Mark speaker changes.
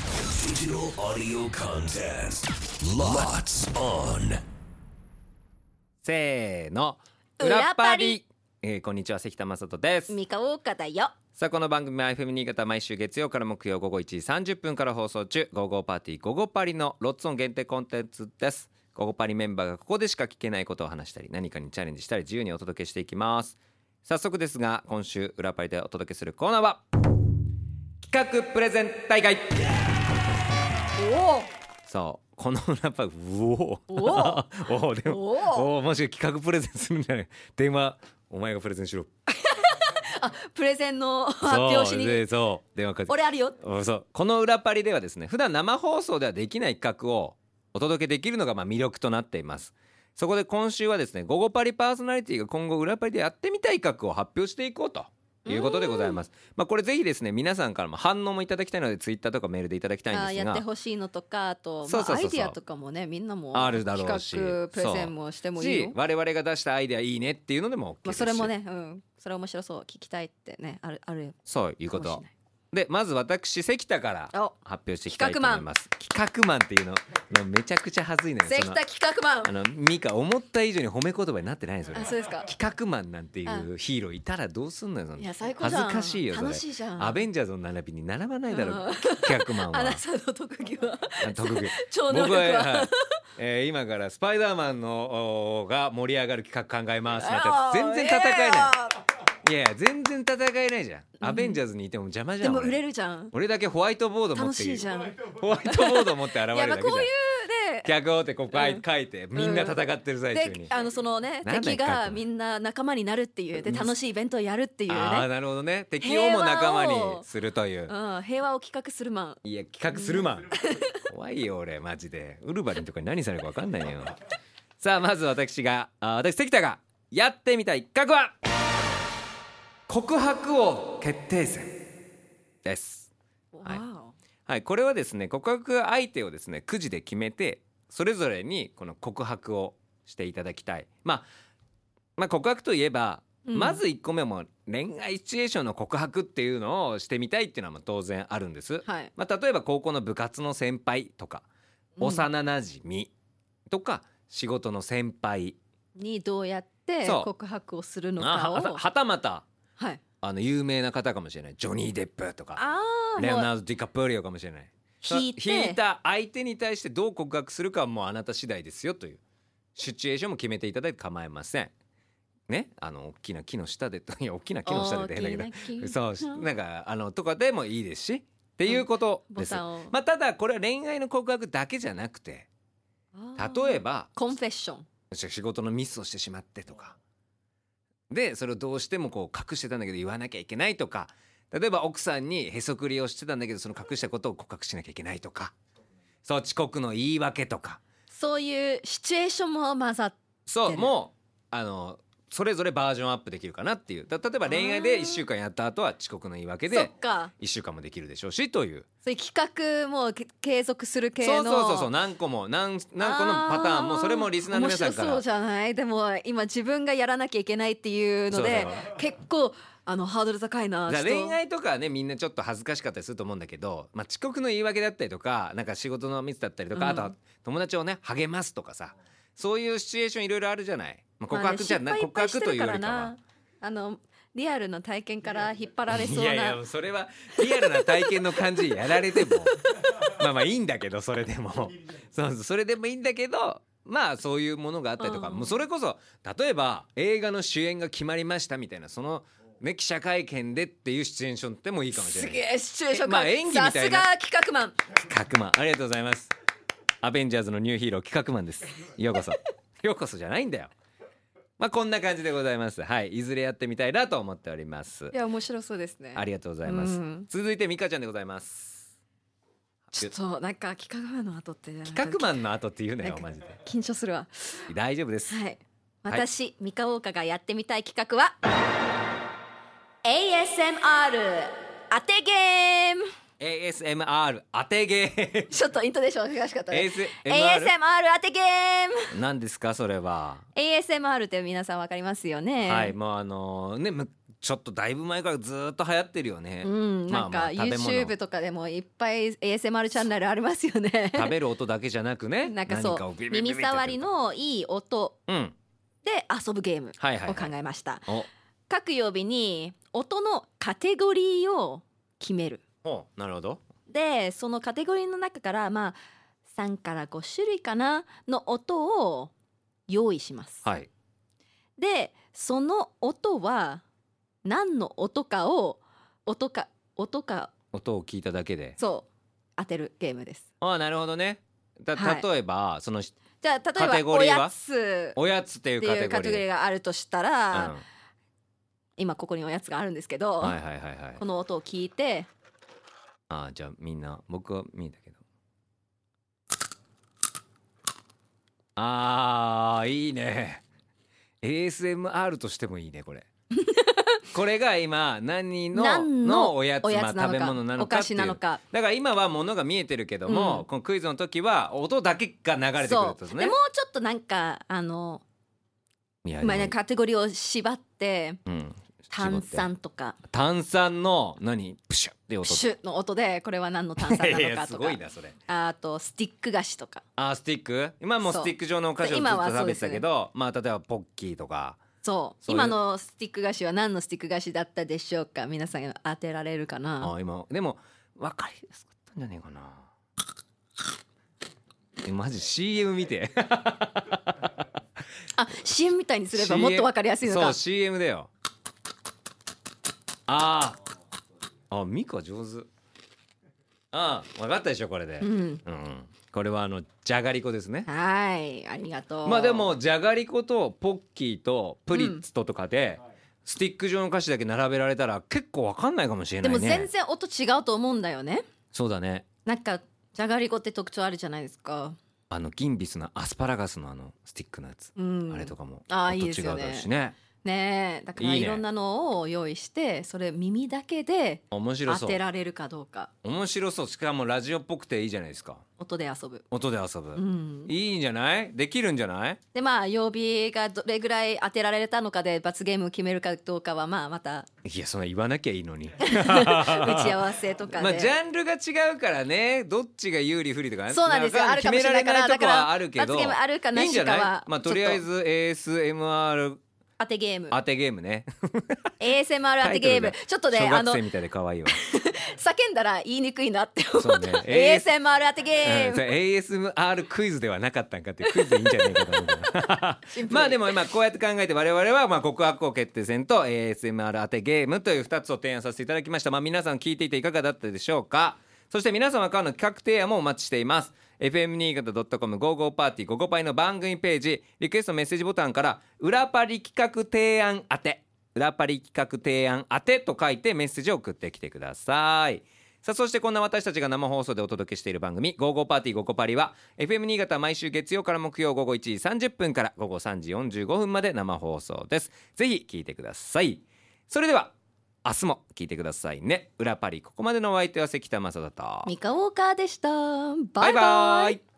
Speaker 1: Digital audio contest. Lots on.
Speaker 2: せーの
Speaker 3: 裏パリ
Speaker 2: えーこんにちは関田正人です
Speaker 3: 三河大方よ
Speaker 2: さあこの番組は FM 新潟毎週月曜から木曜午後1時30分から放送中「午後パーティー午後パリ」のロッツオン限定コンテンツです午後パリメンバーがここでしか聞けないことを話したり何かにチャレンジしたり自由にお届けしていきます早速ですが今週裏パリでお届けするコーナーは企画プレゼン大会
Speaker 3: お
Speaker 2: そうこの裏パリうお
Speaker 3: おお
Speaker 2: おおでも
Speaker 3: おー
Speaker 2: おおもし企画プレゼンするんじゃない電話お前がプレゼンしろ
Speaker 3: プレゼンの発表し
Speaker 2: そう
Speaker 3: に
Speaker 2: でそう電話かけて
Speaker 3: 俺あるよ
Speaker 2: おそうこの裏パリではですね普段生放送ではできない企画をお届けできるのがまあ魅力となっていますそこで今週はですね午後パリパーソナリティが今後裏パリでやってみたい企画を発表していこうということでございますまあこれぜひですね皆さんからも反応もいただきたいのでツイッターとかメールでいただきたいん
Speaker 3: あー
Speaker 2: です
Speaker 3: やって
Speaker 2: が
Speaker 3: ほしいのとかあと
Speaker 2: そ
Speaker 3: ま
Speaker 2: うそうそうそう
Speaker 3: あアイディアとかもねみんなも
Speaker 2: あるだろうし
Speaker 3: 企画プレゼンもしてもいい
Speaker 2: し
Speaker 3: よ
Speaker 2: 我々が出したアイデアいいねっていうのでも OK
Speaker 3: ま
Speaker 2: で
Speaker 3: あ
Speaker 2: すし
Speaker 3: それもねうんそれ面白そう聞きたいってねあるある
Speaker 2: そういう
Speaker 3: か
Speaker 2: こ
Speaker 3: もしれ
Speaker 2: と
Speaker 3: ない
Speaker 2: でまず私関田から
Speaker 3: お
Speaker 2: 発表していきたいと思います企画マンっていうののめちゃくちゃ恥ずいねその
Speaker 3: 関田企画マン
Speaker 2: あのミカ思った以上に褒め言葉になってないんですよ
Speaker 3: あ
Speaker 2: ね
Speaker 3: そうですか
Speaker 2: 企画マンなんていうヒーローいたらどうすんのよその
Speaker 3: いや最高
Speaker 2: 恥
Speaker 3: じ
Speaker 2: ず
Speaker 3: ゃん
Speaker 2: かしいよそれ
Speaker 3: 楽しいじゃん
Speaker 2: アベンジャーズの並びに並ばないだろ
Speaker 3: う
Speaker 2: うん企画 マン
Speaker 3: ア
Speaker 2: は
Speaker 3: ナさんの特技は
Speaker 2: 特技
Speaker 3: 超能
Speaker 2: 僕
Speaker 3: 力
Speaker 2: は、
Speaker 3: は
Speaker 2: はいえー今からスパイダーマンのおーが盛り上がる企画考えますなんて全然戦えないいやいや全然戦えないじゃん、アベンジャーズにいても邪魔じ
Speaker 3: で
Speaker 2: ゃん
Speaker 3: も売れ
Speaker 2: る
Speaker 3: るじゃん
Speaker 2: 俺だけホワイトボード持
Speaker 3: 楽
Speaker 2: って
Speaker 3: しいじゃんい
Speaker 2: ホワイトボード持って現れる
Speaker 3: や
Speaker 2: だ
Speaker 3: まあ
Speaker 2: け
Speaker 3: こ
Speaker 2: じ
Speaker 3: う
Speaker 2: ゃん
Speaker 3: いうね
Speaker 2: 逆をってこう書い書いてみんな戦ってる最中に
Speaker 3: で、あのその
Speaker 2: な
Speaker 3: ね
Speaker 2: んだ企
Speaker 3: 敵が
Speaker 2: 画
Speaker 3: みんな仲間になるっていうで楽しいイベントをやるっていう
Speaker 2: ああ
Speaker 3: ね、
Speaker 2: なるほどね敵をも仲間にするという
Speaker 3: うん、平和を企画するマン
Speaker 2: いや企画する まん怖いよ俺マジでウルヴァリンとかに何されるか分かんないよさあまず私があ私関田がやってみたい企画は告白王決定戦ですはい
Speaker 3: わ
Speaker 2: はいこれはですね告白相手をですねくじで決めてそれぞれにこの告白をしていただきたいまあまあ告白といえば
Speaker 3: うん
Speaker 2: まず1個目も恋愛シチュエーションの告白っていうのをしてみたいっていうのはまあ当然あるんです。
Speaker 3: おはい
Speaker 2: まあ、例えば高校の部活の先輩とか
Speaker 3: うん
Speaker 2: 幼なじみとか仕事の先輩、
Speaker 3: にどうやって
Speaker 2: そう
Speaker 3: 告白をするの
Speaker 2: あ
Speaker 3: かを
Speaker 2: ははたまた
Speaker 3: はい
Speaker 2: あの有名な方かもしれないジョニー・デップとか
Speaker 3: ああ
Speaker 2: レオ
Speaker 3: もう
Speaker 2: ナルド・ディカプリオかもしれない
Speaker 3: 引いて
Speaker 2: 引いた相手に対してどう告白するかはもうあなた次第ですよというシチュエーションも決めていただいて構いません。ね、あの大きな木の下でといや大きな木の下でって変だけど
Speaker 3: 大きな木
Speaker 2: そうしなんかあのとかでもいいですしっていうこと
Speaker 3: ボ
Speaker 2: です。
Speaker 3: タンを、
Speaker 2: まあ、ただこれは恋愛の告白だけじゃなくて
Speaker 3: あー
Speaker 2: 例えば
Speaker 3: コンフェッション
Speaker 2: し仕事のミスをしてしまってとかでそれをどうしてもこう隠してたんだけど言わなきゃいけないとか例えば奥さんにへそくりをしてたんだけどその隠したことを告白しなきゃいけないとかそう遅刻の言い訳とか
Speaker 3: そういうシチュエーションも混ざっ
Speaker 2: そ
Speaker 3: 出
Speaker 2: う
Speaker 3: る
Speaker 2: もうあのそれぞれバージョンアップできるかなっていうだ例えば恋愛で1週間やった後は遅刻の言い訳
Speaker 3: てそ
Speaker 2: で
Speaker 3: っか
Speaker 2: 1週間もできるでしょうしという
Speaker 3: そういう企画もけ継続する系
Speaker 2: そ
Speaker 3: の
Speaker 2: うそうそうそう何個も何何個のパターンもそれもリスナーの皆さんか
Speaker 3: あー面白そう
Speaker 2: ら
Speaker 3: じゃないでも今自分がやらなきゃいけないっていうので
Speaker 2: そうそ
Speaker 3: 結構あのハードル高いな
Speaker 2: じゃあ
Speaker 3: ちょっと
Speaker 2: 恋愛とかはねみんなちょっと恥ずかしかったりすると思うんだけど、まあ、遅刻の言い訳だったりとかなんか仕事のミスだったりとか、
Speaker 3: うん
Speaker 2: あとは友達をね励ますとかさそういうシチュエーションいろいろあるじゃない、まあ、告
Speaker 3: まあね
Speaker 2: 白じゃな、
Speaker 3: 失敗
Speaker 2: 告
Speaker 3: いっぱいして
Speaker 2: 白
Speaker 3: る
Speaker 2: というよ
Speaker 3: ら
Speaker 2: りかは
Speaker 3: な。あのリアルな体験から引っ張られそう
Speaker 2: い
Speaker 3: な
Speaker 2: やいやそれはリアルな体験の感じやられても まあまあいいんだけどそれでも そうそうそれでもいいんだけどまあそういうものがあったりとか、
Speaker 3: うん
Speaker 2: もうそれこそ例えば映画の主演が決まりましたみたいなその、ね、記者会見でっていうシチュエーションでもいいかもしれ
Speaker 3: す
Speaker 2: ない
Speaker 3: げ。えシチュエーション
Speaker 2: まあ
Speaker 3: 感
Speaker 2: 演技み
Speaker 3: さ
Speaker 2: たい
Speaker 3: す
Speaker 2: な
Speaker 3: が企画マン
Speaker 2: 企画マンありがとうございますアベンジャーズのニューヒーロー企画マンですようこそようこそじゃないんだよまあこんな感じでございますはいいずれやってみたいなと思っております
Speaker 3: いや面白そうですね
Speaker 2: ありがとうございます、
Speaker 3: うん
Speaker 2: 続いてミカちゃんでございます
Speaker 3: ちょっとなんか企画マンの後って
Speaker 2: 企画マ
Speaker 3: ン
Speaker 2: ンの後って言うなよ
Speaker 3: なんか
Speaker 2: マジで
Speaker 3: 緊張するわ
Speaker 2: 大丈夫です
Speaker 3: はい
Speaker 2: はい
Speaker 3: 私、三河岡がやってみたい企画は ASMR 当てゲーム
Speaker 2: ASMR 当てゲー
Speaker 3: ちょっとイントネーション難しかったね
Speaker 2: ASMR
Speaker 3: ASMR 当てゲーム
Speaker 2: ム何ですかそれは
Speaker 3: ASMR って皆さんわかりますよね
Speaker 2: はいもうあのねむちょっとだいぶ前からずーっと流行ってるよね、
Speaker 3: う
Speaker 2: ま
Speaker 3: ん、な
Speaker 2: あ
Speaker 3: ん
Speaker 2: ま
Speaker 3: か
Speaker 2: あ食べ物
Speaker 3: YouTube とかでもいっぱい ASMR チャンネルありますよね。
Speaker 2: 食べる音だけじゃなくね
Speaker 3: なんかそう
Speaker 2: 何をビリビリビリ
Speaker 3: 耳
Speaker 2: ってやって
Speaker 3: 障りのいい音
Speaker 2: うん
Speaker 3: で遊ぶゲーム
Speaker 2: はいはい、
Speaker 3: を考
Speaker 2: はい、
Speaker 3: えました。
Speaker 2: お
Speaker 3: 各曜日に音のカテゴリーを決める。
Speaker 2: ほうなるほど
Speaker 3: でそのカテゴリーの中からまあ3から5種類かなの音を用意します。
Speaker 2: はい
Speaker 3: でその音は何の音かを音か音か
Speaker 2: 音を聞いただけで
Speaker 3: そう当てるゲームです。
Speaker 2: ああなるほどねだ
Speaker 3: はい
Speaker 2: 例えば、その
Speaker 3: じゃあ
Speaker 2: カ
Speaker 3: 例
Speaker 2: テ
Speaker 3: えば
Speaker 2: ゴ
Speaker 3: お
Speaker 2: リーは
Speaker 3: やつ
Speaker 2: おやつってい
Speaker 3: っ
Speaker 2: う
Speaker 3: て
Speaker 2: カテゴ
Speaker 3: い
Speaker 2: リ
Speaker 3: う
Speaker 2: ー
Speaker 3: カテゴリーがあるとしたら、
Speaker 2: う
Speaker 3: 今ここにおやつがあるんですけど、
Speaker 2: ん、はいはいはいはい
Speaker 3: この音を聞いて
Speaker 2: ああじゃあみんな僕は見えたけどあーいいね ASMR としてもいいねこれ これが今何の
Speaker 3: 何
Speaker 2: の
Speaker 3: の
Speaker 2: おやつ
Speaker 3: おや
Speaker 2: まあ
Speaker 3: つな
Speaker 2: 食べ物
Speaker 3: の
Speaker 2: な
Speaker 3: か
Speaker 2: の
Speaker 3: お
Speaker 2: かっ
Speaker 3: 菓
Speaker 2: てい
Speaker 3: 子
Speaker 2: う
Speaker 3: なのか。
Speaker 2: だから今は物が見えてるけども、
Speaker 3: うん
Speaker 2: このクイズの時は音だけが流れてくる
Speaker 3: そ
Speaker 2: ん
Speaker 3: う
Speaker 2: で
Speaker 3: ですもう
Speaker 2: ね。
Speaker 3: ちょっとなんかあの、
Speaker 2: いや
Speaker 3: まあ
Speaker 2: で
Speaker 3: ね、
Speaker 2: も
Speaker 3: カテゴリーを縛って
Speaker 2: うん、
Speaker 3: 炭
Speaker 2: 絞って
Speaker 3: 酸とか
Speaker 2: 炭酸の何プシュって音
Speaker 3: プシュの音でこれは何の炭酸な
Speaker 2: い
Speaker 3: の
Speaker 2: や
Speaker 3: か
Speaker 2: す
Speaker 3: と
Speaker 2: ご
Speaker 3: か
Speaker 2: いなそれ。
Speaker 3: あとスティック菓子とか
Speaker 2: あースティック今もう
Speaker 3: そう
Speaker 2: スティック状のお菓子をずっ
Speaker 3: 今は
Speaker 2: と
Speaker 3: そ
Speaker 2: 食
Speaker 3: う
Speaker 2: べ
Speaker 3: で
Speaker 2: て
Speaker 3: す
Speaker 2: たけど、まあ例えばポッキーとか
Speaker 3: そう
Speaker 2: そういう
Speaker 3: 今のスティック菓子は何のスティック菓子だったでしょうか皆さん当てられるか
Speaker 2: あ
Speaker 3: な
Speaker 2: ー今でも分かりやすかったんじゃねえかなえマジ CM 見て
Speaker 3: あ CM みたいにすればもっとわかりやすいの
Speaker 2: そ
Speaker 3: か
Speaker 2: う CM だよあーあミカ上手あー分かったでしょこれで、うん
Speaker 3: ん
Speaker 2: うんこれはあのじゃがりこですね
Speaker 3: はいありがとう
Speaker 2: まあでもじゃがりことポッキーとプリッツととかで、スティック状の歌詞だけ並べられたら結構わかんないかもしれな
Speaker 3: で
Speaker 2: いね
Speaker 3: も全然音違うと思うんだよね
Speaker 2: そうだね
Speaker 3: なんかじゃがりこって特徴あるじゃないですか
Speaker 2: あのギンビスのアスパラガスのあのスティックのやつ、
Speaker 3: うん
Speaker 2: あれとかも
Speaker 3: あ
Speaker 2: 音
Speaker 3: ーいいですよ
Speaker 2: 違
Speaker 3: ね
Speaker 2: うだろうしね
Speaker 3: ねえだから
Speaker 2: いい
Speaker 3: い
Speaker 2: ね
Speaker 3: ろんなのを用意してそれ耳だけで
Speaker 2: 面白そ
Speaker 3: 当
Speaker 2: う
Speaker 3: てられるかどうか
Speaker 2: 面白そうしかもラジオっぽくていいじゃないですか
Speaker 3: 音で遊ぶ
Speaker 2: 音で遊ぶ、
Speaker 3: うん
Speaker 2: いいんじゃないできるんじゃない
Speaker 3: でまあ曜日がどれぐらい当てられたのかで罰ゲームを決めるかどうかはまあまた
Speaker 2: いやそんな言わなきゃいいのに
Speaker 3: 打ち合わせとか
Speaker 2: まあ
Speaker 3: で
Speaker 2: ジャンルが違うからねどっちが有利不利とかね
Speaker 3: そうなんですよ
Speaker 2: わかん
Speaker 3: あるかもしれない
Speaker 2: 決められないとこ
Speaker 3: だから
Speaker 2: はあるけど
Speaker 3: 罰ゲームあるかなしかはい
Speaker 2: いんじゃないまあとりあえず ASMR
Speaker 3: 当てゲーム
Speaker 2: 当てゲームね
Speaker 3: ASMR 当てゲ
Speaker 2: タイトル
Speaker 3: ー
Speaker 2: が
Speaker 3: ムちょっとね
Speaker 2: 小
Speaker 3: あ
Speaker 2: 学
Speaker 3: の
Speaker 2: 生
Speaker 3: 叫
Speaker 2: みたいで可愛い わ
Speaker 3: んだら言いにくいなって思
Speaker 2: そう
Speaker 3: っ
Speaker 2: ね
Speaker 3: た
Speaker 2: AS
Speaker 3: ASMR 当て
Speaker 2: う
Speaker 3: ゲ
Speaker 2: んそ
Speaker 3: ーム
Speaker 2: れ ASMR クイズではなかったんかっていうクイズでいいんじゃないかと思うなまあでも今こうやって考えて我々はまあ告白王決定戦と ASMR 当てゲームという2つを提案させていただきましたまあ皆さん聞いていていかがだったでしょうかそして皆様からの企画提案もお待ちしています FM 新潟 .com 55パーティー55パイの番組ページリクエストメッセージボタンから裏パリ企画提案宛て裏パリ企画提案宛てと書いてメッセージを送ってきてくださいさあそしてこんな私たちが生放送でお届けしている番組「ゴーゴーパーティーゴーゴーパリは」FM 新潟毎週月曜から木曜午後1時30分から午後3時45分まで生放送ですぜひ聞いてくださいそれでは明日も聞いてくださいね裏パリここまでのお相手は関田正人と
Speaker 3: ミカウォーカーでした
Speaker 2: バ
Speaker 3: バ
Speaker 2: イ
Speaker 3: イ
Speaker 2: バ
Speaker 3: バ
Speaker 2: ー
Speaker 3: イ
Speaker 2: イ